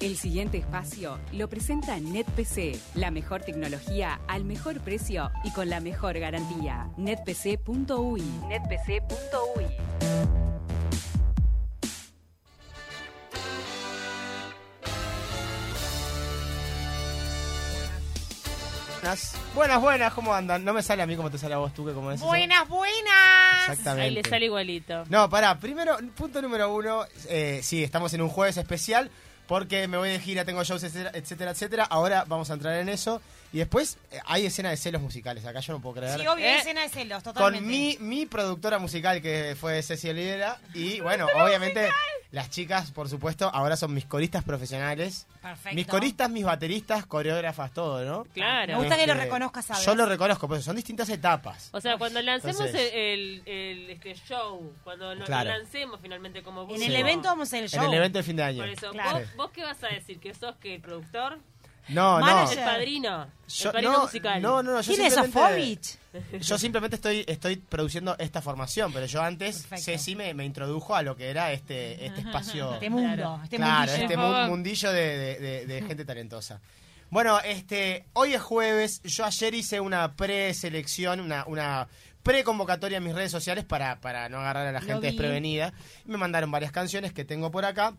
El siguiente espacio lo presenta NetPC, la mejor tecnología al mejor precio y con la mejor garantía. NetPC.uy. NetPC.uy. Buenas, buenas, buenas, ¿cómo andan? No me sale a mí como te sale a vos, tú que como es. eso? Buenas, buenas. Exactamente. Ahí le sale igualito. No, pará, primero, punto número uno, eh, sí, estamos en un jueves especial porque me voy de gira, tengo shows, etcétera, etcétera, etcétera. Ahora vamos a entrar en eso. Y después eh, hay escena de celos musicales, acá yo no puedo creer. Sí, obvio, Eh. escena de celos, totalmente. Con mi, mi productora musical que fue Ceci Olivera y bueno, obviamente las chicas, por supuesto, ahora son mis coristas profesionales. Perfecto. Mis coristas, mis bateristas, coreógrafas, todo, ¿no? Me Claro. gusta que lo Este, reconozcas, ¿sabes? Yo lo reconozco, pero son distintas etapas. O sea, cuando lancemos Entonces- el, el- el, este show, cuando lo Claro. lancemos finalmente como En grupo. el evento vamos a hacer el show. En el evento de fin de año. Por eso, Claro. ¿vos, vos qué vas a decir? ¿Que sos que el productor? No, no. Manager. ¿El padrino? Yo- ¿El padrino no, musical? No, no, no. Yo ¿Quién es Este simplemente- Sofovich? Yo simplemente estoy, estoy produciendo esta formación, pero yo antes, Perfecto. Ceci me, me introdujo a lo que era este, este espacio. Este mundo, este claro, mundillo. este mu- mundillo de, de- de- de gente talentosa. Bueno, este, hoy es jueves. Yo ayer hice una preselección, una, una preconvocatoria en mis redes sociales para, para no agarrar a la Lo gente vi. desprevenida. Me mandaron varias canciones que tengo por acá.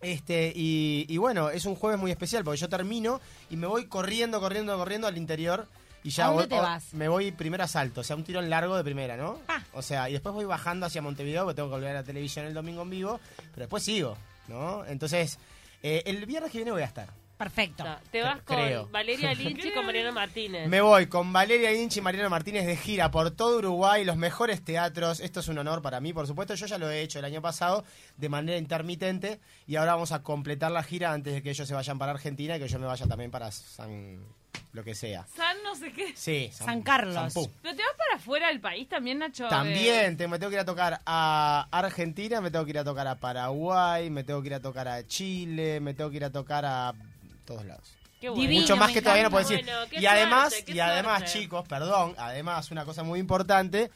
Este, y, y bueno, es un jueves muy especial porque yo termino y me voy corriendo, corriendo, corriendo al interior. Y ya ¿A dónde voy- te o- vas? Me voy primero a salto, o sea, un tirón largo de primera, ¿no? Ah. O sea, y después voy bajando hacia Montevideo porque tengo que volver a la televisión el domingo en vivo, pero después sigo, ¿no? Entonces, eh, el viernes que viene voy a estar. Perfecto. No, Te vas con Creo. Valeria Lynch y con Mariano Martínez. Me voy con Valeria Inchi y Mariano Martínez de gira por todo Uruguay, los mejores teatros. Esto es un honor para mí, por supuesto. Yo ya lo he hecho el año pasado de manera intermitente y ahora vamos a completar la gira antes de que ellos se vayan para Argentina y que yo me vaya también para San. lo que sea. San no sé qué. Sí, San Carlos. eh, San Pú. Pero te vas para afuera del país también, Nacho. También te- me tengo que ir a tocar a Argentina, me tengo que ir a tocar a Paraguay, me tengo que ir a tocar a Chile, me tengo que ir a tocar a todos lados. Qué bueno. Divino. Mucho más me que todavía no puedo encanta. decir. Bueno, qué y además, suerte, qué y además, suerte. chicos, perdón, además una cosa muy importante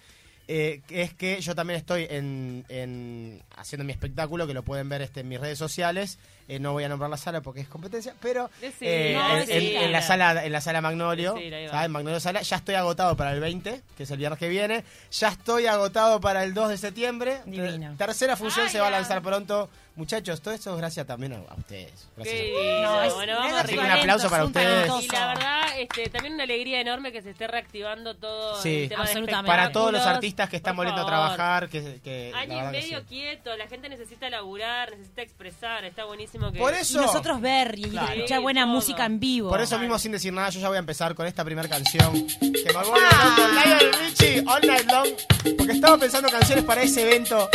eh, que es que yo también estoy en, en- haciendo mi espectáculo que lo pueden ver este en mis redes sociales. Eh, no voy a nombrar la sala porque es competencia, pero Decí, eh, no, en- en, decila. en la sala en la sala Magnolio, Decir, ahí va. ¿sabes? Magnolio Sala, ya estoy agotado para el 20, que es el viernes que viene, ya estoy agotado para el 2 de septiembre. Divino. Ter- Tercera función Ay, se va a ya. lanzar pronto. Muchachos, todo esto es gracias también a, a ustedes. Gracias. a Qué ustedes. divino. No, es- bueno, vamos Así que un arriba. aplauso para Son ustedes. talentosos. Y la verdad, este, también una alegría enorme que se esté reactivando todo Sí. el tema de Absolutamente. Para todos los espectáculos. artistas que están Por volviendo a favor. trabajar, que, que Eh, la Año verdad y que medio sí. quieto, la gente necesita laburar, necesita expresar, está buenísimo que... Por Y eso, nosotros ver y Claro. escuchar buena Todo. música en vivo. por eso mismo, sin decir nada, yo ya voy a empezar con esta primera canción. Que me voy Ah. a Lionel Richie, All Night Long, porque estaba pensando canciones para ese evento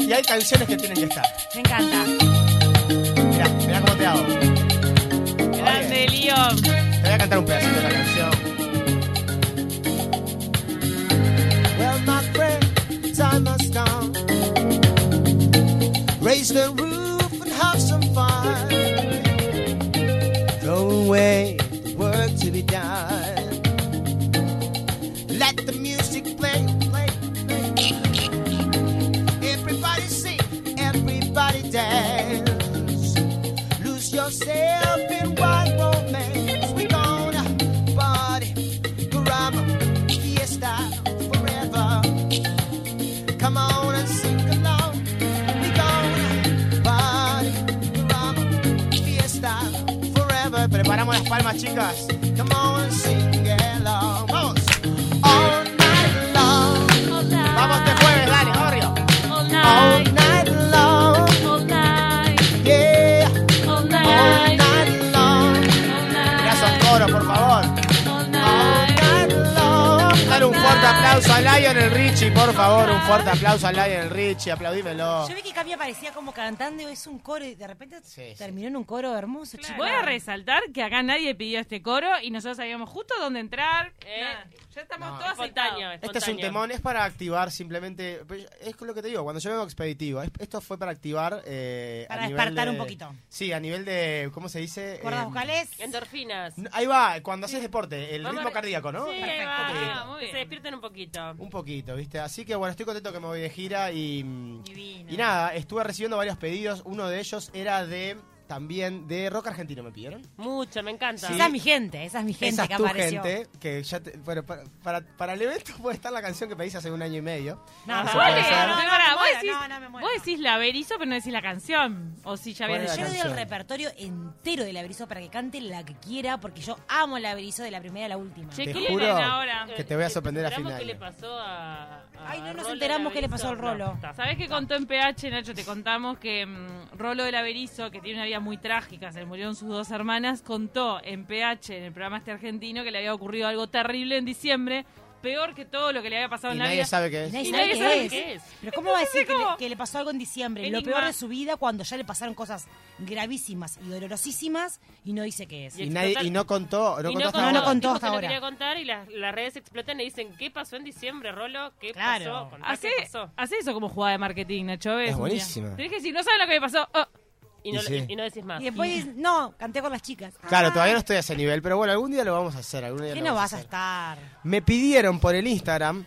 y hay canciones que tienen que estar. Me encanta. Mirá, mirá cómo te hago. Grande Oye, Leon. Te voy a cantar un pedacito de la canción. Well, my friend, time has come. Raise the roof and have some fun. Throw away the work to be done. Let the music play, play, play. Everybody sing, everybody dance. Lose yourself in wild romance. We're gonna party, caramba, fiesta forever. Come on and sing along. We're gonna party, caramba, fiesta forever. Preparamos las palmas, chicas. Come on and sing along. Vamos. All night long. Vamos de jueves, dale, corrio. All All night, night long. all night, Yeah. all All night, night long. all night, Gracias, coro, por favor. all All night. night long. Dale un fuerte aplauso a Lionel Richie, por favor. Un fuerte aplauso a Lionel Richie. Aplaudímelo. Yo vi que Cami aparecía como cantando, es un coro y de repente Sí, sí. terminó en un coro hermoso, chicos. Voy a resaltar que acá nadie pidió este coro y nosotros sabíamos justo dónde entrar. Eh, Nada, Ya estamos no. todos Espontáneo, espontáneos. Este espontáneo. es un temón, es para activar simplemente. pues, Es lo que te digo, cuando yo vengo expeditivo, es- esto fue para activar. eh, a Para nivel despertar de- un poquito. Sí, a nivel de. ¿Cómo se dice? ¿Cuerdas Eh, vocales? Endorfinas. no, Ahí va, cuando haces deporte, el Vamos ritmo a- cardíaco, ¿no? Sí, ahí Perfecto, va, perfecto. ah, muy bien. Se despiertan un poquito. Un poquito, ¿viste? Así que bueno, estoy contento que me voy de gira y. Divino. Y nada, estuve recibiendo varios pedidos. Uno de ellos era de también de rock argentino me pidieron. Mucho, me encanta. Sí. Esa es mi gente, esa es mi gente Esa es que tu apareció. gente, que ya te- bueno, para, para, para el evento puede estar la canción que pedís hace un año y medio. No, Eso ¿Cuál Ah, puede es? ser. No, no, no, pará, me vos muero, decís, no, no, me muero. vos decís la Berizo, pero no decís la canción. O si ya ¿Cuál habías era Yo dicho. le doy el canción. repertorio entero de la Berizo para que cante la que quiera, porque yo amo la Berizo de la primera a la última. Che, Te ¿qué le juro dan ahora? que te voy a sorprender a ¿Enteramos final. ¿Qué le pasó a, a Ay, no nos Rolo enteramos qué le pasó al Laviso? Rolo. No, está. ¿Sabés qué contó en PH, Nacho? Te contamos que mm, Rolo de la Berizo, que tiene una vida muy trágica, se le murieron sus dos hermanas, contó en PH, en el programa este argentino, que le había ocurrido algo terrible en diciembre, peor que todo lo que le había Y pasado en la nadie vida. sabe qué Y es. nadie Y sabe nadie qué sabe es. qué es. Pero ¿cómo va a decir que le, ¿cómo? que le pasó algo en diciembre? Lo Enigma. peor de su vida cuando ya le pasaron cosas gravísimas y dolorosísimas y no dice qué es. Y, nadie, y no contó, no Y contó hasta contó. ahora. No contó dijo hasta que ahora. No quería contar y las, las redes explotan y dicen, ¿qué pasó en diciembre, Rolo? ¿Qué Claro. pasó? Contá Hace, ¿Qué pasó? hace eso como jugada de marketing, Nacho. ¿ves? Es Un día. buenísima. Tenés que decir, no saben lo que me pasó. Oh, Y no, Y sí. y no decís más. Y después, dice, no, canté con las chicas. Claro, Ah, todavía no estoy a ese nivel, pero bueno, algún día lo vamos a hacer. Algún día ¿Qué lo no vamos vas a hacer. estar? Me pidieron por el Instagram,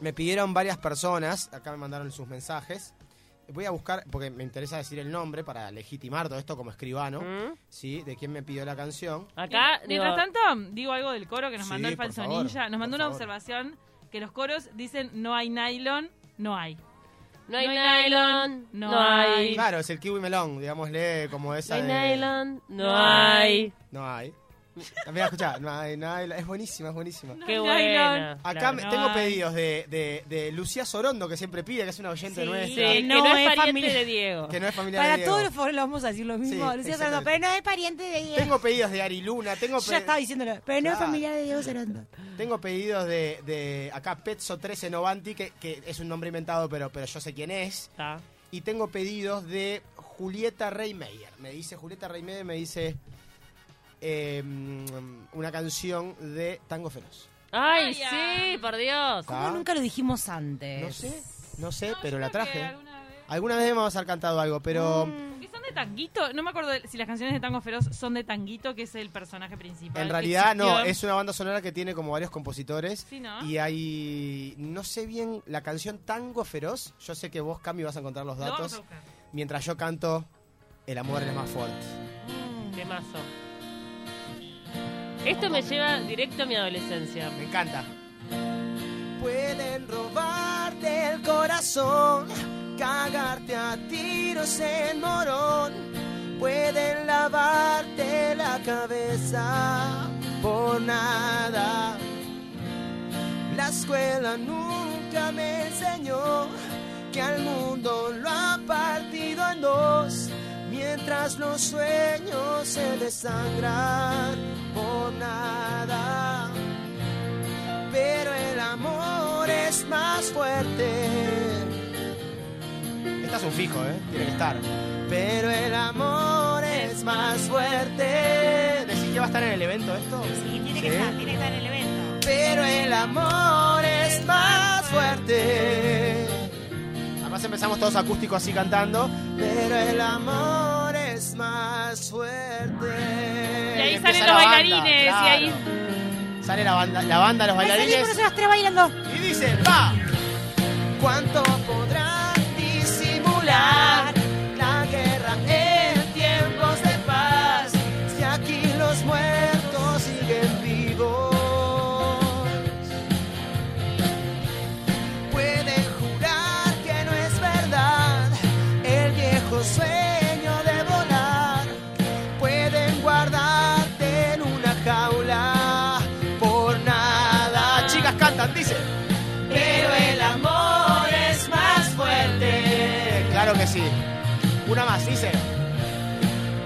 me pidieron varias personas, acá me mandaron sus mensajes. Voy a buscar, porque me interesa decir el nombre para legitimar todo esto como escribano, ¿Mm? ¿sí? De quién me pidió la canción. Acá, digo, Eh, Mientras tanto, digo algo del coro que nos Sí, mandó el por falso favor, ninja. Nos mandó por una favor. observación que los coros dicen no hay nylon, no hay. no hay nylon, no no hay. Claro, es el kiwi melón, digámosle como No esa hay de... nylon, no hay. No hay. Mira, escuchá, no hay, no hay- es buenísima, es buenísima. No Qué hay buena. nylon. Acá Claro. me- no tengo hay. pedidos de, de, de Lucía Sorondo, que siempre pide, que es una oyente Sí. Sí, nuestra, que No no, es es pariente familia. de Diego. que no es familiar Para de Diego. todos los foros vamos a decir lo mismo. Sí, Lucía Sarando, exactamente. pero no es pariente de Diego. Tengo pedidos de Ari Luna, tengo, Yo ya pe- estaba diciéndolo, pero no es Claro. familiar de Diego Sarando. tengo pedidos de, de acá Petso 13 Novanti, que, que es un nombre inventado, pero, pero yo sé quién es. Está. Y tengo pedidos de Julieta Reymeyer. Me dice, Julieta Reymeyer me dice eh, mm, una canción de Tango Feroz. Ay, Vaya. sí, por Dios. Ah. ¿Cómo nunca lo dijimos antes? No sé, no sé, No, pero yo la creo que traje. alguna Mm, vez- Alguna vez debemos haber cantado algo, pero... ¿Qué son de tanguito? No me acuerdo de- si las canciones de Tango Feroz son de tanguito, que es el personaje principal. En que realidad no, existió. es una banda sonora que tiene como varios compositores Sí, ¿no? y hay, no sé bien, la canción Tango Feroz, yo sé que vos, Cami, vas a encontrar los Lo vamos a datos, buscar. mientras yo canto El amor es más fuerte. Temazo. Esto me lleva directo a mi adolescencia. Me encanta. Pueden robarte el corazón, cagarte a tiros en morón. Pueden lavarte la cabeza por nada. La escuela nunca me enseñó que al mundo lo ha partido en dos, mientras los sueños se desangran por nada. Pero el amor es más fuerte. Estás un fijo, ¿eh? Tiene que estar. Pero el amor es más fuerte. ¿Decís que va a estar en el evento esto? Sí, tiene que Sí. estar, tiene que estar en el evento. Pero el amor es más fuerte. Además empezamos todos acústicos así cantando. Pero el amor es más fuerte. Y ahí empieza salen la los banda, bailarines, y claro. ahí- Sale la banda, la banda, los Ahí salimos bailarines. nosotros tres bailando. Y dice, va. ¿Cuánto podrán disimular la guerra en tiempos de paz? Si aquí los muertos siguen vivos. Pueden jurar que no es verdad el viejo sueño de volar. Pueden guardarte en una jaula por nada. Chicas cantan, dice. Pero el amor es más fuerte. Claro que sí. Una más, dice.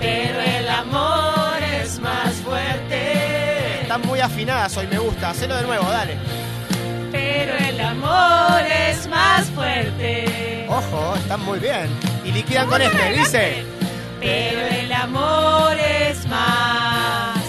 Pero el amor es más fuerte. Están muy afinadas hoy, me gusta. Hacelo de nuevo, dale. Pero el amor es más fuerte. Ojo, están muy bien. Y liquidan con este, dice. Pero el amor es más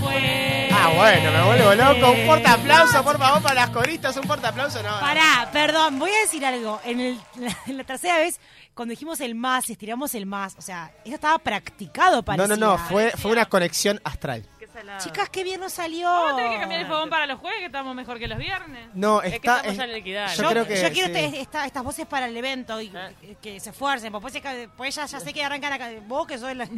fuerte. Ah, bueno, me vuelvo loco. Un fuerte aplauso, por favor, para las coristas. Un fuerte aplauso, no. no. Pará, perdón, voy a decir algo. En, el- en la tercera vez, cuando dijimos el más, estiramos el más. O sea, eso estaba practicado para No, no, no, fue, fue una conexión astral. Qué salado. Chicas, qué bien nos salió. Vamos a tener que Oh. cambiar el fogón para los jueves, que estamos mejor que los viernes. No, Es que está. estamos es- ya en el equidad. yo ¿no? creo que- quiero sí. te- esta- estas voces para el evento y Ah. que, que se esfuercen. Pues, pues, ya- pues ya, ya sé que arrancan acá. Vos, que sos la-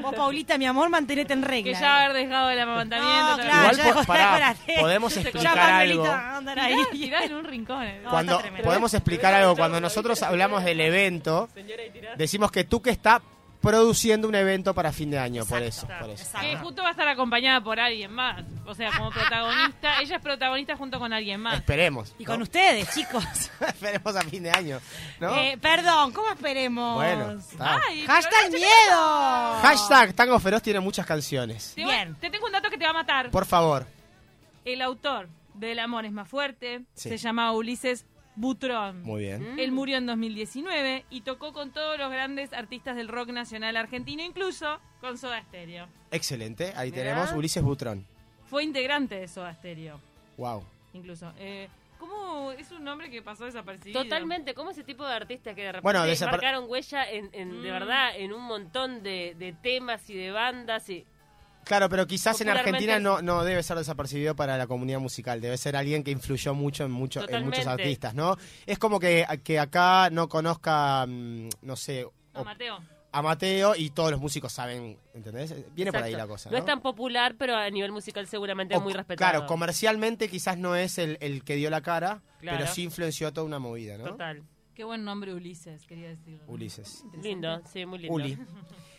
vos, Paulita, mi amor, mantenete en regla. eh. Que ya haber dejado el amamantamiento. No, todo. claro, Igual ya po- dejó- pará, pará. podemos Ya explicar algo. Paulita, andan ahí. Tirá- tirá en un rincón. eh. No, Cuando está tremendo. podemos explicar algo, cuando nosotros hablamos del evento, Señora, y tirá. decimos que tú que está produciendo un evento para fin de año, por eso, Exacto, por eso. exacto. Que justo va a estar acompañada por alguien más. O sea, como protagonista. Ella es protagonista junto con alguien más. Esperemos. Y con ¿no? ustedes, chicos. Esperemos a fin de año, ¿no? Eh, perdón, ¿cómo esperemos? bueno, está. Ay, Hashtag pero- miedo. Hashtag Tango Feroz tiene muchas canciones. Te, voy- Bien. te tengo un dato que te va a matar. Por favor. El autor del Amor es más fuerte Sí. se llamaba Ulises Mm. Butrón. Muy bien. Él murió en 2019 y tocó con todos los grandes artistas del rock nacional argentino, incluso con Soda Stereo. Excelente. Ahí Mirá. tenemos Ulises Butrón. Fue integrante de Soda Stereo, Wow. incluso. Eh, ¿Cómo es un nombre que pasó desapercibido? Totalmente, como ese tipo de artistas que de repente Bueno, desapar- marcaron huella en, en- de Mm. verdad en un montón de, de temas y de bandas y Claro, pero quizás en Popularmente Argentina es- no, no debe ser desapercibido para la comunidad musical. Debe ser alguien que influyó mucho en, mucho, en muchos Totalmente. artistas, ¿no? Es como que, que acá no conozca, mm, no sé, No, o- Mateo. a Mateo y todos los músicos saben, ¿entendés? Viene por ahí Exacto. la cosa. No, es tan popular, pero a nivel musical seguramente O- es muy respetado. Claro, comercialmente quizás no es el, el que dio la cara, Claro. pero sí influenció a toda una movida, ¿no? Total. Qué buen nombre Ulises, quería decirlo. Ulises. Lindo, sí, muy lindo. Uli.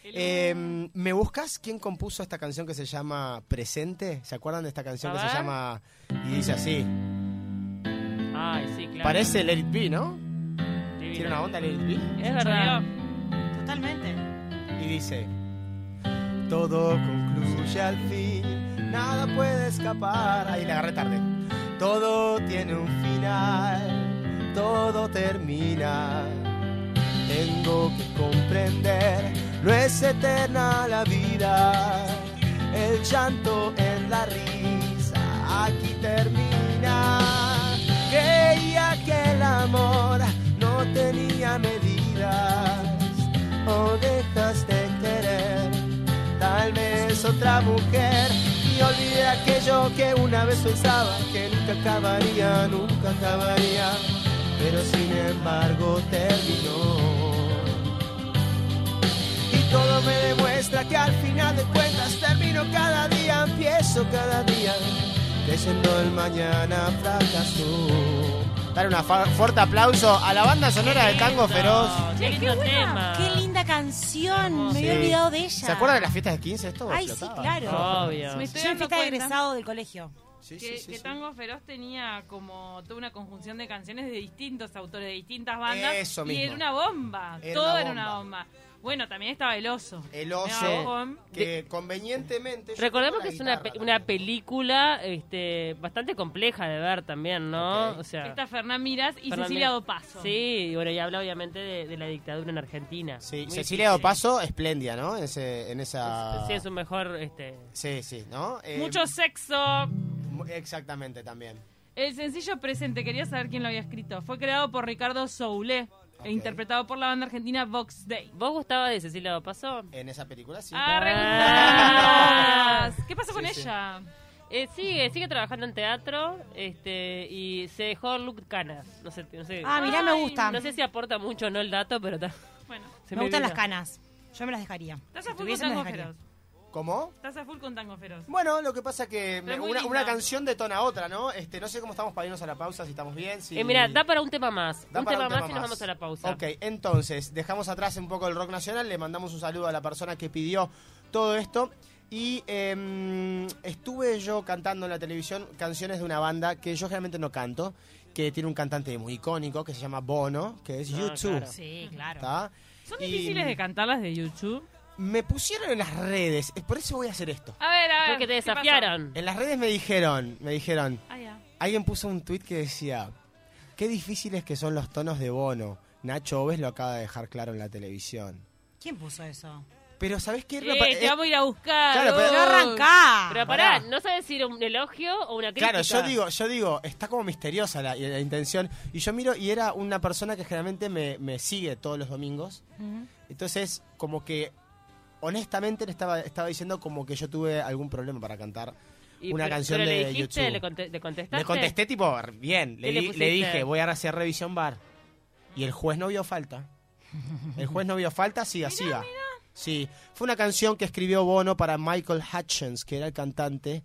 Eh, ¿Me buscas quién compuso esta canción que se llama Presente? ¿Se acuerdan de esta canción A que se ver. llama y dice así? Ay, sí, claro. Parece Let It Be, ¿no? Divino. Tiene una onda Let It Be. Es verdad. Totalmente. Y dice: Todo concluye al fin, nada puede escapar. Ahí la agarré tarde. Todo tiene un final, todo termina. Tengo que comprender, no es eterna la vida. El llanto en la risa, aquí termina. Creía que el amor no tenía medidas. O dejas de querer, tal vez otra mujer. Y olvidé aquello que una vez pensaba que nunca acabaría, nunca acabaría pero sin embargo terminó. Y todo me demuestra que al final de cuentas termino cada día, empiezo cada día, creyendo el mañana fracasó. Dar un fuerte aplauso a la banda sonora del Tango Feroz. Qué lindo tema. Qué linda canción. Me había Sí. olvidado de ella. ¿Se acuerdan de las fiestas de 15 esto? Ay, sí, Flotaba. claro. Obvio. Me Yo estoy en dando fiesta de cuenta egresado del colegio. Ah. Sí, sí, que, sí, que sí. Tango Feroz tenía como toda una conjunción de canciones de distintos autores, de distintas bandas. Eso Y mismo. era una bomba. Era todo una era una bomba. Bueno, también estaba El Oso. El Me oso, bajó. que convenientemente... yo Recordemos tengo que la es una, guitarra pe- una también. película este, bastante compleja de ver también, ¿no? Ok. O sea, Está Fernán Miras y Fernández- Cecilia Dopaso. Sí, y bueno, y habla obviamente de, de la dictadura en Argentina. Sí, Muy Cecilia difícil. Dopaso, espléndida, ¿no? En, ese- en esa... Sí, es un mejor. Este, Sí, sí, ¿no? Eh, Mucho sexo. mu- Exactamente, también. El sencillo presente, quería saber quién lo había escrito. Fue creado por Ricardo Soule Ok. e interpretado por la banda argentina Vox Day. ¿Vos gustabas de Cecilia Dopaso? En esa película sí. Ah, re Ah. gustás. ¿Qué pasó con Sí, sí. ella? Eh, sigue, sigue trabajando en teatro este, y se dejó Luke Canas. No sé, no sé, Ah, mirá, me Ay, gusta. no sé si aporta mucho o no el dato, pero ta- Bueno, se me gustan vino. las canas. Yo me las dejaría. estás Si a full con tuviese, me Tango las dejaría. Feroz. ¿Cómo? Estás a full con Tango Feroz. Bueno, lo que pasa que Pero me- muy una, linda. una canción detona otra, ¿no? Este, no sé cómo estamos para irnos a la pausa, si estamos bien, si... Eh, mira, da para un tema más. Da un para tema más y nos vamos a la pausa. Ok, entonces, dejamos atrás un poco el rock nacional, le mandamos un saludo a la persona que pidió todo esto. Y em, estuve yo cantando en la televisión canciones de una banda que yo generalmente no canto, que tiene un cantante muy icónico que se llama Bono, que es Ah, YouTube. claro. Sí, claro. Son Y- difíciles de cantar las de YouTube. Me pusieron en las redes, es por eso voy a hacer esto. A ver, a ver. Porque te ¿qué pasó? desafiaron. En las redes me dijeron, me dijeron, Ah, ya. alguien puso un tuit que decía, qué difíciles que son los tonos de Bono. Nacho Oves lo acaba de dejar claro en la televisión. ¿Quién puso eso? Pero ¿sabés qué? Lo pa- Eh, te eh, vamos a ir a buscar. Claro, pero- oh. ¡Pero arrancá! Pero pará, Pará. no sabes si era un elogio o una crítica. claro, yo digo, yo digo, está como misteriosa la, la intención. Y yo miro y era una persona que generalmente me, me sigue todos los domingos. Entonces, como que honestamente le estaba, estaba diciendo como que yo tuve algún problema para cantar Y una pero- canción pero de le dijiste, YouTube. Le, conte- le contestaste. Le contesté tipo, bien, le, ¿Qué le di- le pusiste? dije, voy a hacer revisión bar. Y el juez no vio falta. El juez no vio falta, siga, siga. Sí, fue una canción que escribió Bono para Michael Hutchins, que era el cantante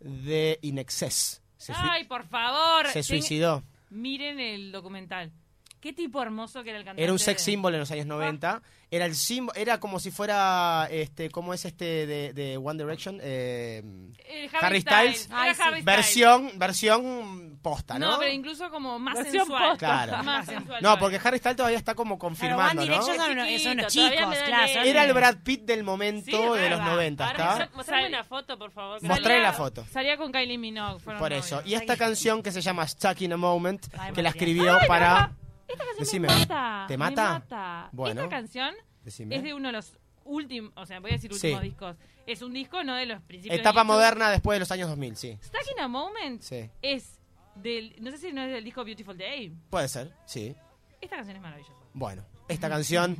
de In Excess. Se, sui- Ay, por favor. se ten- suicidó. Miren el documental. Qué tipo hermoso que era el cantante. Era un sex de- symbol en los años 90. Era el símbolo, era como si fuera, este, ¿cómo es este de, de One Direction? Eh, Eh, Harry Styles. Era Ay, sí. Harry Styles. versión, versión posta, ¿no? No, pero incluso como más Versión sensual. posta. Claro. Más sensual. No, porque Harry Styles todavía está como Pero One confirmando, ¿no? Direction son, unos- Es son unos chiquito, chicos, todavía me da claro. miedo. son- Era el Brad Pitt del Sí, momento de re los va. 90, Ahora ¿está? yo- Mostrame una foto, por favor. que Salía- Mostré no- la foto. Salía con Kylie Minogue. fueron Por eso. novios. Y esta canción que se llama Stuck in a Moment, Ay, que la María. escribió para... Esta canción Decime. me mata. ¿Te mata? Me mata. Bueno. Esta canción Decime. es de uno de los últimos, o sea, voy a decir Sí. últimos discos. Es un disco, no de los principios. de Etapa YouTube. moderna después de los años 2000, sí. Stuck in a Moment Sí. es del, no sé si no es del disco Beautiful Day. Puede ser, sí. Esta canción es maravillosa. Bueno, esta canción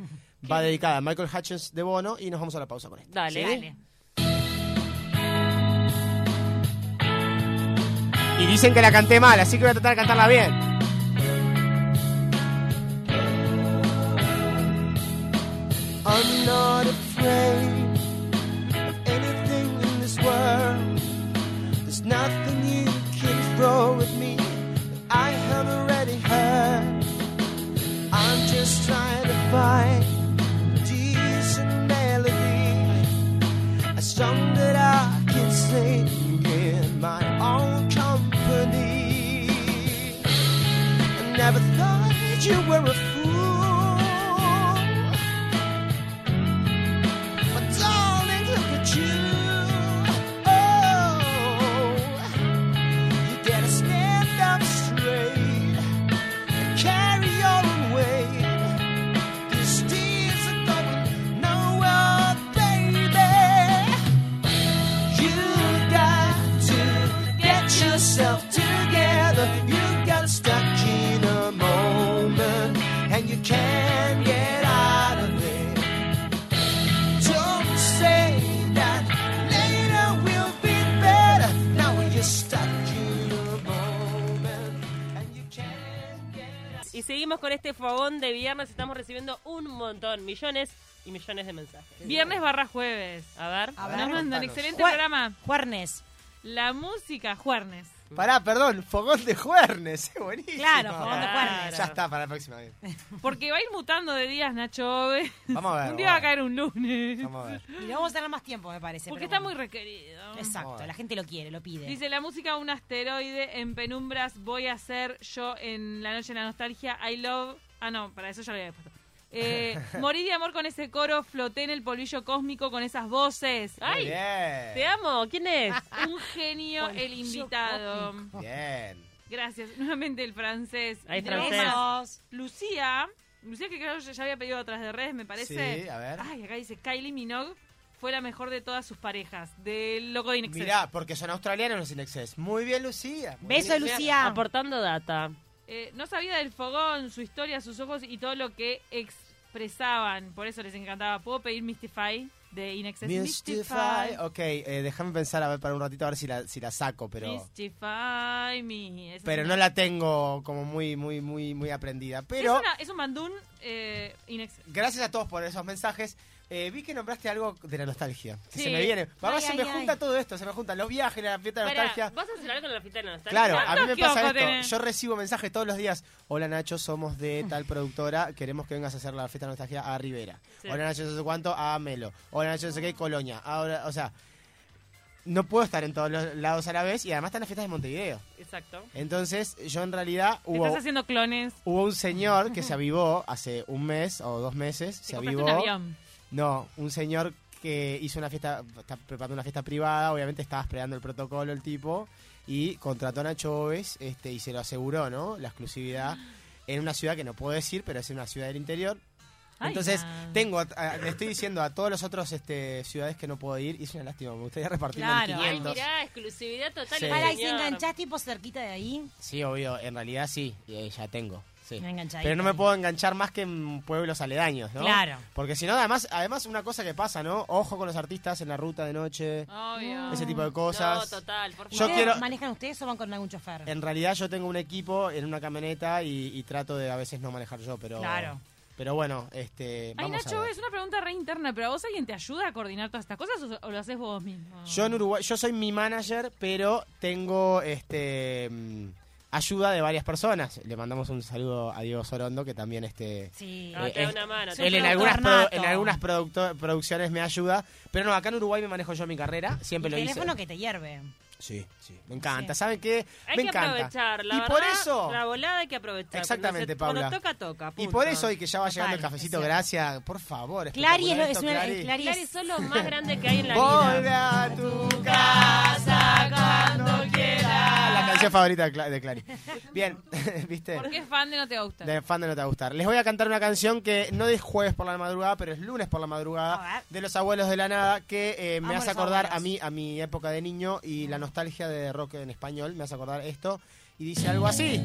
va dedicada a Michael Hutchins de Bono y nos vamos a la pausa con esto. Dale. Dale. Y dicen que la canté mal, así que voy a tratar de cantarla bien. I'm not afraid of anything in this world. There's nothing you can throw at me that I have already heard. I'm just trying to find a decent melody, a song that I can sing in my own company. I never thought that you were a fool. But darling, look at you. Oh, you gotta stand up straight and carry your own weight. These days are going nowhere, baby. You got to get yourself together. You got stuck in a moment, and you can't get out of it. Don't say that later will be better. Now you're stuck in a moment and you can't get Y seguimos con este fogón de viernes. Estamos recibiendo un montón, millones y millones de mensajes. Viernes barra jueves. A ver. A ver. Nos mandan contanos. excelente Jue- programa. Juernes. La música, Juernes. Pará, perdón, fogón de juernes, es buenísimo. Claro, fogón de Claro. Juernes. Ya está, para la próxima vez. Porque va a ir mutando de días, Nacho. Ove. Vamos a ver. Un día va a vamos caer un lunes. Vamos a ver. Y lo vamos a tener más tiempo, me parece. Porque pero está muy bueno. requerido. Exacto, la gente lo quiere, lo pide. Dice la música un asteroide en penumbras voy a ser yo en la noche en la nostalgia I love ah no para eso ya lo había puesto eh, morí de amor con ese coro floté en el polvillo cósmico con esas voces Muy ay Bien. Te amo. ¿Quién es? Ah, un genio el invitado Bien. gracias nuevamente el francés Ay, Y tenemos francés. más. Besos. Lucía Lucía que creo que ya había pedido atrás de redes me parece Sí, a ver. ay acá dice Kylie Minogue fue la mejor de todas sus parejas del loco de Inexcess. Mirá, porque son australianos los Inexes. Muy bien, Lucía. Muy Beso, bien. Lucía. Aportando data. Eh, no sabía del fogón, su historia, sus ojos y todo lo que expresaban. Por eso les encantaba. ¿Puedo pedir Mystify de Inexcess? Mystify. Ok, eh, déjame pensar a ver para un ratito a ver si la, si la saco, pero. Mystify me. Esa Pero es no una- la tengo como muy, muy, muy, muy aprendida. Es, Pero una- es un bandún eh, Inexcess. gracias a todos por esos mensajes. Eh, vi que nombraste algo de la nostalgia. Que Sí. se me viene. Mamá, Ay, se ay, me ay. junta todo esto. Se me juntan los viajes, la fiesta de la Pará, nostalgia. ¿Vas a hacer algo en la fiesta de la nostalgia? Claro, a mí me ¿Cuántos pasa kioscos esto. tenés? Yo recibo mensajes todos los días. Hola Nacho, somos de tal productora. Queremos que vengas a hacer la fiesta de nostalgia a Rivera. Sí. Hola Nacho, no sé cuánto, a Melo. Hola Nacho, no sé qué, Colonia. Ahora, o sea, no puedo estar en todos los lados a la vez y además están las fiestas de Montevideo. Exacto. Entonces, yo en realidad Te hubo, Estás haciendo clones. hubo un señor que se avivó hace un mes o dos meses. Te se compraste avivó. un avión. No, un señor que hizo una fiesta, está preparando una fiesta privada, obviamente estaba esperando el protocolo el tipo, y contrató a Nacho Oves este, y se lo aseguró, ¿no? La exclusividad en una ciudad que no puedo decir, pero es en una ciudad del interior. Ay, Entonces, na. tengo, a- a- le estoy diciendo a todos los otros este, ciudades que no puedo ir, y es una lástima, me gustaría repartirlo en Claro. Ay, 500. mirá, exclusividad total. Sí. Para, ¿y si señor. enganchás tipo cerquita de ahí? sí, obvio, en realidad sí, y, eh, ya tengo. sí. Me engancha ahí. Pero no me puedo enganchar más que en pueblos aledaños, ¿no? Claro. Porque si no, además, además una cosa que pasa, ¿no? Ojo con los artistas en la ruta de noche, Obvio. ese tipo de Mm, No, cosas. total, por Yo favor. ¿Ustedes quiero- Eh, ¿Manejan ustedes o van con algún chofer? En realidad yo tengo un equipo en una camioneta y, y trato de a veces no manejar yo, pero... Claro. Pero bueno, este... Ay, Vamos a Nacho, ver. es una pregunta re interna, pero ¿a vos alguien te ayuda a coordinar todas estas cosas o, o lo haces vos mismo? Yo en Uruguay, yo soy mi manager, pero tengo este mm, ayuda de varias personas. Le mandamos un saludo a Diego Sorondo, que también este... Sí. No, te da una mano. Sí, te da Él en una algunas, mano. productor produ- nato. en algunas producto- producciones me ayuda, pero no, acá en Uruguay me manejo yo mi carrera, siempre El lo hice. teléfono que te hierve. Sí, sí. Me encanta, ¿saben qué? Hay me que encanta. aprovechar, la y verdad, por eso, la volada hay que aprovechar. Exactamente, Paula. cuando se- Cuando toca, toca, y punto. por eso, y que ya va llegando el Total, cafecito, es cierto. gracias, por favor. Clary es, lo- espectacular es esto, una. Clary. el Clary Clary es- son los más grandes que hay en la Volve vida. a tu casa cuando quieras. La canción favorita de Cla- de Clary. Bien, ¿viste? Porque es fan de No Te Gusta. De fan de No Te Va a Gustar. Les voy a cantar una canción que no es jueves por la madrugada, pero es lunes por la A madrugada, ver. de Los Abuelos de la Nada, que eh, me Amo hace los acordar a abuelos. mí, a mi época de niño, y la nostalgia de rock en español, me hace acordar esto, y dice algo así.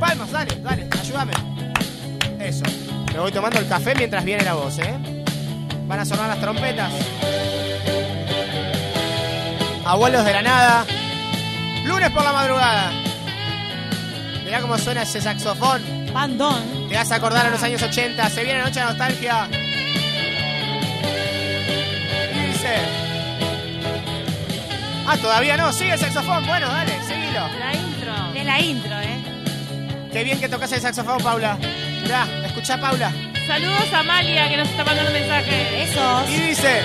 Palmas, dale, dale, ayúdame. Eso. Me voy tomando el café mientras viene la voz, ¿eh? Van a sonar las trompetas. Abuelos de la Nada. Lunes por la madrugada. Mirá cómo suena ese saxofón. Bandón. Te vas a acordar a los años 80, se viene la noche de nostalgia. Y dice. Ah, todavía no, sigue el saxofón. Bueno, dale, seguilo. La intro. De la intro, ¿eh? Qué bien que tocas el saxofón, Paula. Mirá, escuchá, Paula. Saludos a Amalia que nos está mandando un mensaje. Y Esos. dice.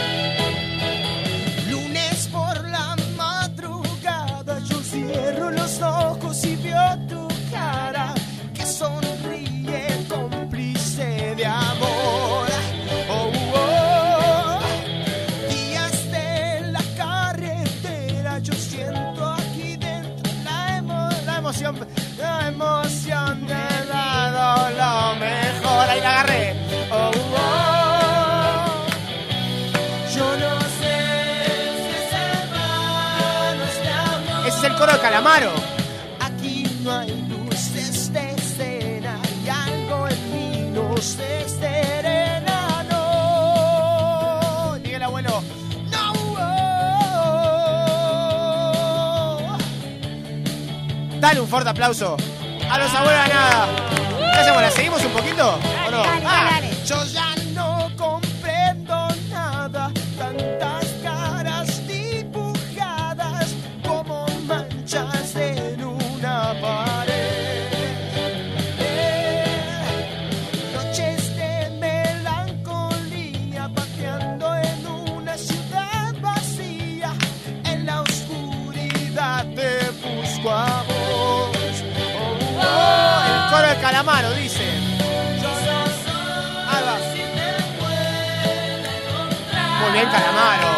Lunes por la madrugada yo cierro los ojos y veo tu cara que sonríe cómplice de amor. Oh, oh, oh. Días de la carretera yo siento aquí dentro la emoción. La emoción, la emoción me ha dado lo mejor. Ahí la agarré. Oh, oh. Yo no sé si es hermanos de amor. Ese es el coro de Calamaro. Aquí no hay luces de escena y algo en mí nos externa, no. Miguel abuelo. No, oh. Dale un fuerte aplauso a Ah. los abuelos de nada. ¿Qué hacemos? ¿La seguimos un poquito? ¿O no? Dale, Ah, dale, dale. yo ya no comprendo nada, tantas caras dibujadas como manchas en una pared. Eh, noches de melancolía pateando en una ciudad vacía, en la oscuridad te busco a vos. Oh, oh, oh. El coro de Calamaro dice. Ahí va. Muy bien, Calamaro.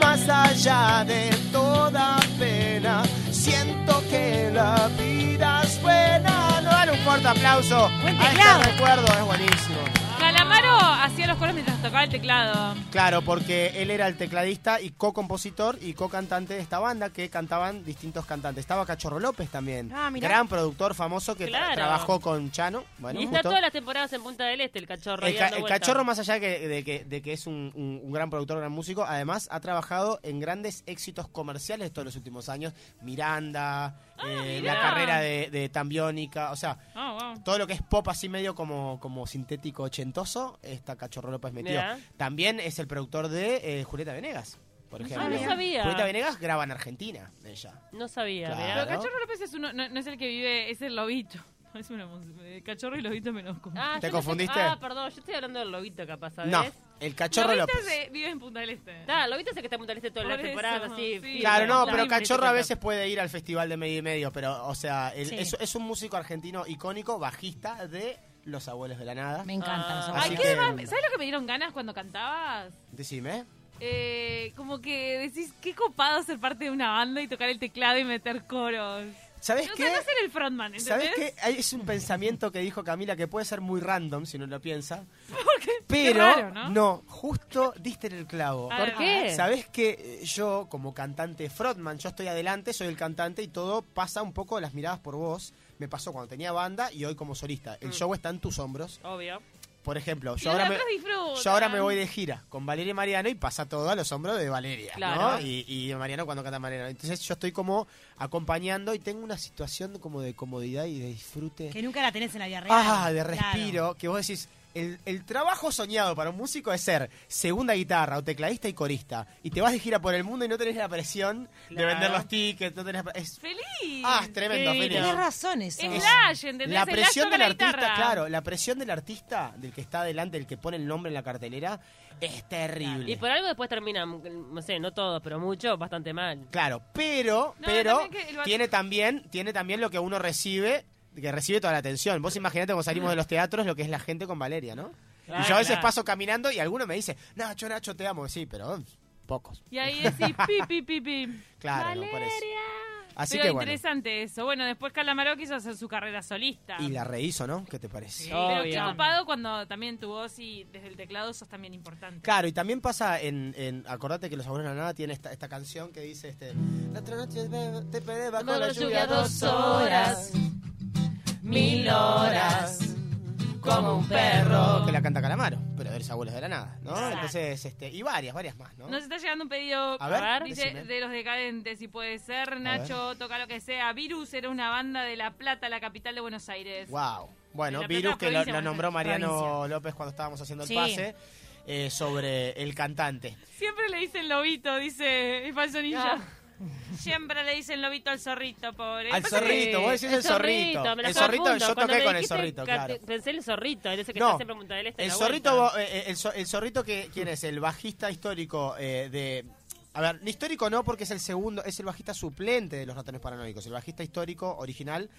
Más allá de toda pena, siento que la vida es buena. Bueno, dale un fuerte aplauso Buen a teclado. este recuerdo. Es buenísimo. Calamaro hacía los coros mientras tocaba el teclado. Claro, porque él era el tecladista y co-compositor y co-cantante de esta banda que cantaban distintos cantantes. Estaba Cachorro López también, Ah, mirá. gran productor famoso que tra- Claro. trabajó con Chano. Bueno, y está justo. todas las temporadas en Punta del Este, el cachorro. ahí El, ca- dando el vueltas. cachorro, más allá que- de, que, de que es un, un- un gran productor, gran músico, además ha trabajado en grandes éxitos comerciales todos los últimos años. Miranda, eh, mirá. la carrera de, de Tambiónica, o sea, Oh, wow. todo lo que es pop así medio como, como sintético ochentoso, está Cachorro López metido. Mirá. También es el productor de eh, Julieta Venegas, por ejemplo. no sabía. Julieta Venegas graba en Argentina, ella. No sabía, Claro. mirá. Ah, Pero Cachorro López es uno, no, no es el que vive, es el lobito. Es una mus- Cachorro y lobito menos común. Ah, ¿Te yo no sé- confundiste? Ah, perdón, yo estoy hablando del lobito capaz, ¿sabes? No, el Cachorro lobito López. Ah, se- vive en Punta del Este. Está, el lobito es el que está en Punta del Este todas las Por eso, temporadas, así. sí. firme. Claro, no, pero Claro. Cachorro a veces puede ir al festival de medio y medio, pero, o sea, él- Sí. es, es un músico argentino icónico, bajista de Los Abuelos de la Nada. Me encanta. los Ah. abuelos. Ay, Así ¿qué que- demás? ¿Sabes lo que me dieron ganas cuando cantabas? Decime. Eh, como que decís, qué copado ser parte de una banda y tocar el teclado y meter coros. ¿Sabes No qué? sabes ser el frontman, ¿entendés? ¿Sabes qué? Hay- Es un pensamiento que dijo Camila que puede ser muy random si no lo piensa. Pero raro, ¿no? justo diste en el clavo. A ¿Por ver, qué? ¿Sabes que Eh, yo, como cantante frontman, yo estoy adelante, soy el cantante y todo pasa un poco de las miradas por vos? Me pasó cuando tenía banda y hoy como solista. El Mm. show está en tus hombros. Obvio. Por ejemplo, Y yo ahora, los me, otros disfrutan. yo ahora me voy de gira con Valeria y Mariano y pasa todo a los hombros de Valeria. Claro. ¿no? Y, y de Mariano cuando canta Mariano. Entonces yo estoy como acompañando y tengo una situación como de comodidad y de disfrute. Que nunca la tenés en la vida real. Ah, de Claro. respiro, que vos decís, el, el trabajo soñado para un músico es ser segunda guitarra o tecladista y corista. Y te vas de gira por el mundo y no tenés la presión Claro. de vender los tickets, no tenés... la- Es, ¡Feliz! ah, es tremendo, Qué feliz. divino. Tenés razón eso. Es Flash, ¿entendés? La El Flash presión toca del la artista, guitarra. claro, la presión del artista, del que está adelante, del que pone el nombre en la cartelera, es Y terrible. por algo después termina, no sé, no todo, pero mucho, bastante mal. Claro, pero, No, pero también que el bat- tiene también, tiene también lo que uno recibe, que recibe toda la atención. Vos imaginate cuando salimos de los teatros lo que es la gente con Valeria, ¿no? Claro, y yo a veces claro. paso caminando y alguno me dice, Nacho, Nacho, te amo. Sí, pero mm, pocos. Y ahí decís, pi, pi, pi, pi. Claro, no, por eso. Así Pero que bueno. interesante eso. Bueno, después Calamaro quiso hacer su carrera solista. Y la rehizo, ¿no? ¿Qué te parece? Pero Obvio. qué ocupado cuando también tu voz y desde el teclado sos también importante. Claro, y también pasa en, en acordate que los abuelos de la nada tiene esta, esta canción que dice este La otra noche me- te peleé bajo Bajo la la lluvia lluvia dos dos horas, horas, mil horas, como un perro. Que la canta Calamaro, pero de los abuelos de la nada, ¿no? Exacto. Entonces, este, y varias, varias más, ¿no? Nos está llegando un pedido A ver, a ver, dice, decime. de los decadentes, si puede ser. Nacho, toca lo que sea. Virus era una banda de La Plata, la capital de Buenos Aires. Wow. De Bueno, La Virus Plata, que lo, provincia, lo Buenos nombró Mariano provincia. López cuando estábamos haciendo el Sí. pase eh, sobre el cantante. Siempre le dicen lobito, dice el falso ninja. Siempre le dicen lobito al zorrito, pobre. Al Pasa que- zorrito, vos decís el zorrito. me la El zorrito, confundo. yo Cuando toqué me con el dijiste zorrito, ca- claro. Pensé en el zorrito, en ese que No, está siempre en Punta del Este. El la zorrito, vuelta. vo- eh, eh, el, zo- el zorrito que quién es, el bajista histórico eh, de a ver, histórico no porque es el segundo, es el bajista suplente de los ratones paranoicos. El bajista histórico original,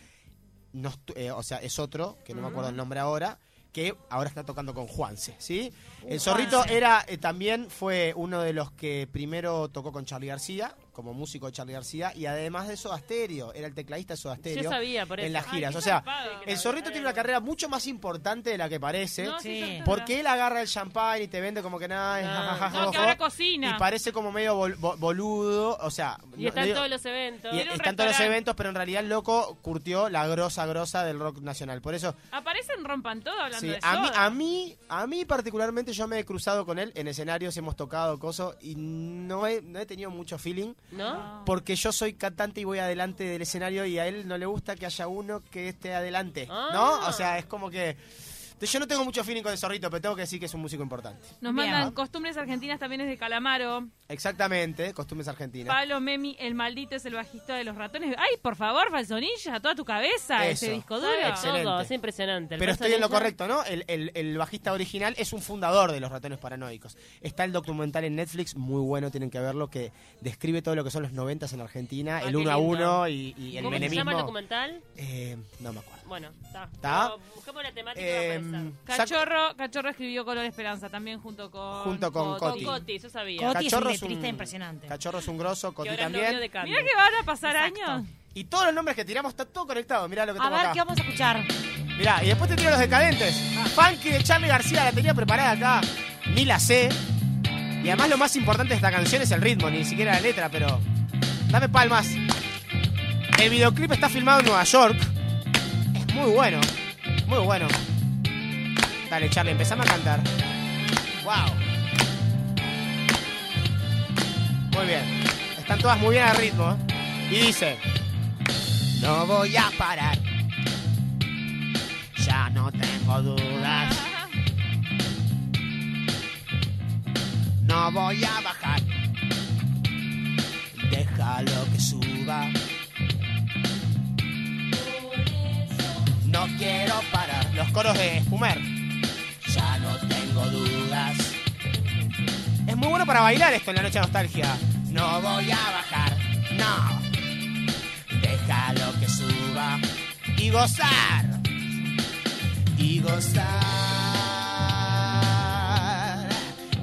no estu- eh, o sea, es otro, que no me Mm. acuerdo el nombre ahora, que ahora está tocando con Juanse, ¿sí? El zorrito era eh, también fue uno de los que primero tocó con Charlie García, como músico de Charlie García, y además de Soda Stereo, era el tecladista de Soda Stereo Yo sabía, por eso. en las Ay, giras. qué O sea, zarpado. el zorrito tiene una carrera mucho más importante de la que parece. No, sí, Sí. son todas. Porque él agarra el champán y te vende como que nada, es No, jajaja, No, que jojo, ahora y cocina. parece como medio bol- bo- boludo, o sea, Y no- están no digo- todos los eventos. y en un están todos los restaurante. eventos, pero en realidad el loco curtió la grosa grosa del rock nacional. Por eso, Aparecen rompan todo hablando sí, de a mí, Soda. a mí, a mí particularmente yo me he cruzado con él en escenarios, hemos tocado cosas y no he, no he tenido mucho feeling. ¿No? Ah. Porque yo soy cantante y voy adelante del escenario y a él no le gusta que haya uno que esté adelante, ¿no? Ah. O sea, es como que... Yo no tengo mucho feeling con el zorrito, pero tengo que decir que es un músico importante. Nos Bien. mandan costumbres argentinas también es de Calamaro. Exactamente, costumbres argentinas. Pablo Memi, el maldito es el bajista de los ratones. Ay, por favor, falsonilla, toda tu cabeza, Eso. ese disco duro. Sabe Ah, Excelente. todo, es impresionante. El Pero estoy en lo personaje- correcto, ¿no? El, el- el bajista original es un fundador de los ratones paranoicos. Está el documental en Netflix, muy bueno, tienen que verlo, que describe todo lo que son los noventas en Argentina, Ah, el qué uno a lindo. uno y, y el ¿Cómo se llama el menemismo. documental? Eh, no me acuerdo. Bueno, está. Está. Pero Busquemos la temática Eh, para empezar. Cachorro, Cachorro escribió Color Esperanza también junto con Junto con Coti. Con Coti, yo sabía. Coti es un Cachorro es letrista un- impresionante. Cachorro es un grosso, que Coti ahora es novio también. de Cami. Mira que van a pasar Exacto. años. Y todos los nombres que tiramos está todo conectado. Mirá lo que A tengo ver, ¿qué acá. vamos a escuchar? Mirá, y después te tiro los decadentes. Funky de Charlie García, la tenía preparada acá. Ni la sé. Y además lo más importante de esta canción es el ritmo, ni siquiera la letra, pero. Dame palmas. El videoclip está filmado en Nueva York. Es muy bueno. Muy bueno. Dale, Charlie, empezamos a cantar. Wow. Muy bien. Están todas muy bien al ritmo. ¿eh? Y dice. No voy a parar. Ya no tengo dudas. No voy a bajar. Déjalo que suba. No quiero parar. Los coros de Spumer. Ya no tengo dudas. Es muy bueno para bailar esto en la noche de nostalgia. No voy a bajar. No. Déjalo que suba. Y gozar. Y gozar.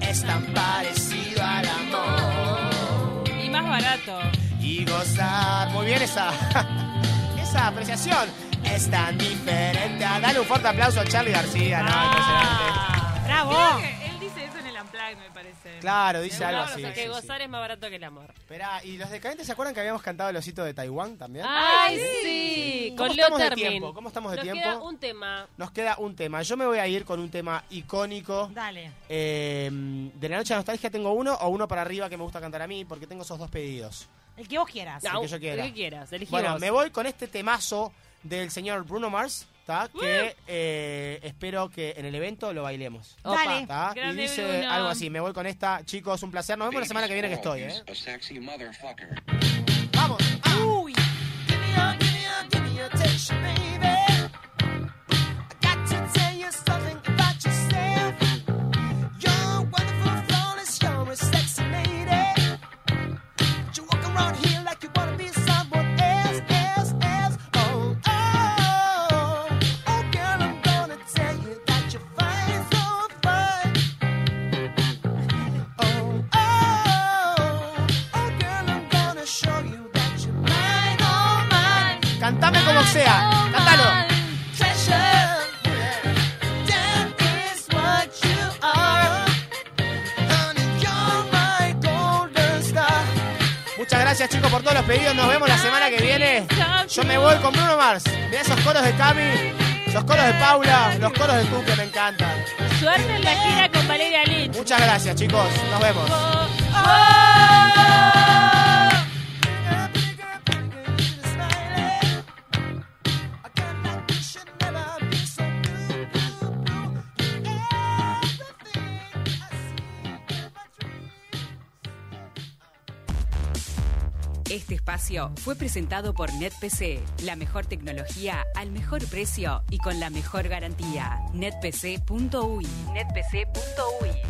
Es tan parecido al amor Y más barato. y gozar. Muy bien esa. hermosa apreciación. Es tan diferente. Ah, Dale un fuerte aplauso a Charlie García, ¿no? Impresionante. Ah, ¡Bravo! Creo que él dice eso en el Unplugged, me parece. Claro, dice algo Seguro, así. o sea, que sí, sí. gozar es más barato que el amor. Esperá, ¿y los decadentes se acuerdan que habíamos cantado el osito de Taiwán también? ¡Ay, Ah, sí! ¿Cómo Con Leo estamos de Termin. tiempo? ¿Cómo estamos de Nos tiempo? queda un tema. Nos queda un tema. Yo me voy a ir con un tema icónico. Dale. Eh, de la noche de nostalgia tengo uno o uno para arriba que me gusta cantar a mí porque tengo esos dos pedidos. El que vos quieras. No. que yo quiera. el que quieras, elegí Bueno, vos. me voy con este temazo del señor Bruno Mars, ¿tá? que eh, espero que en el evento lo bailemos. Opa. Dale. ¿tá? Y Grande dice Bruno. algo así, me voy con esta, chicos, un placer. Nos vemos la semana que viene que estoy, ¿eh? A sexy motherfucker. ¡Vamos! ¡Ah! Uy. Give me your, give me your, give me your attention, baby. I got to tell you something about yourself. You're wonderful, flawless, you're a sexy lady. But you walk around here like you wanna be someone else, else, else. Oh, oh, oh, girl, I'm gonna tell you that you're fine, so fine. Oh, oh, oh, girl, I'm gonna show you that you're mine, oh, mine. Cantame como sea, cántalo. Treasure, that is what you are. Honey, you're my golden star. Muchas gracias chicos por todos los pedidos. Nos vemos la semana que viene. Yo me voy con Bruno Mars. Mirá esos coros de Cami, esos coros de Paula, los coros de tú que me encantan. Suerte en la gira con Valeria Lynch. Muchas gracias chicos. Nos vemos. Pretty girl, pretty girl, you should smile. A girl like you should never be so blue, blue, blue. Everything I see in my dreams. Este espacio fue presentado por NetPC, la mejor tecnología al mejor precio y con la mejor garantía. netpc.uy. netpc.uy.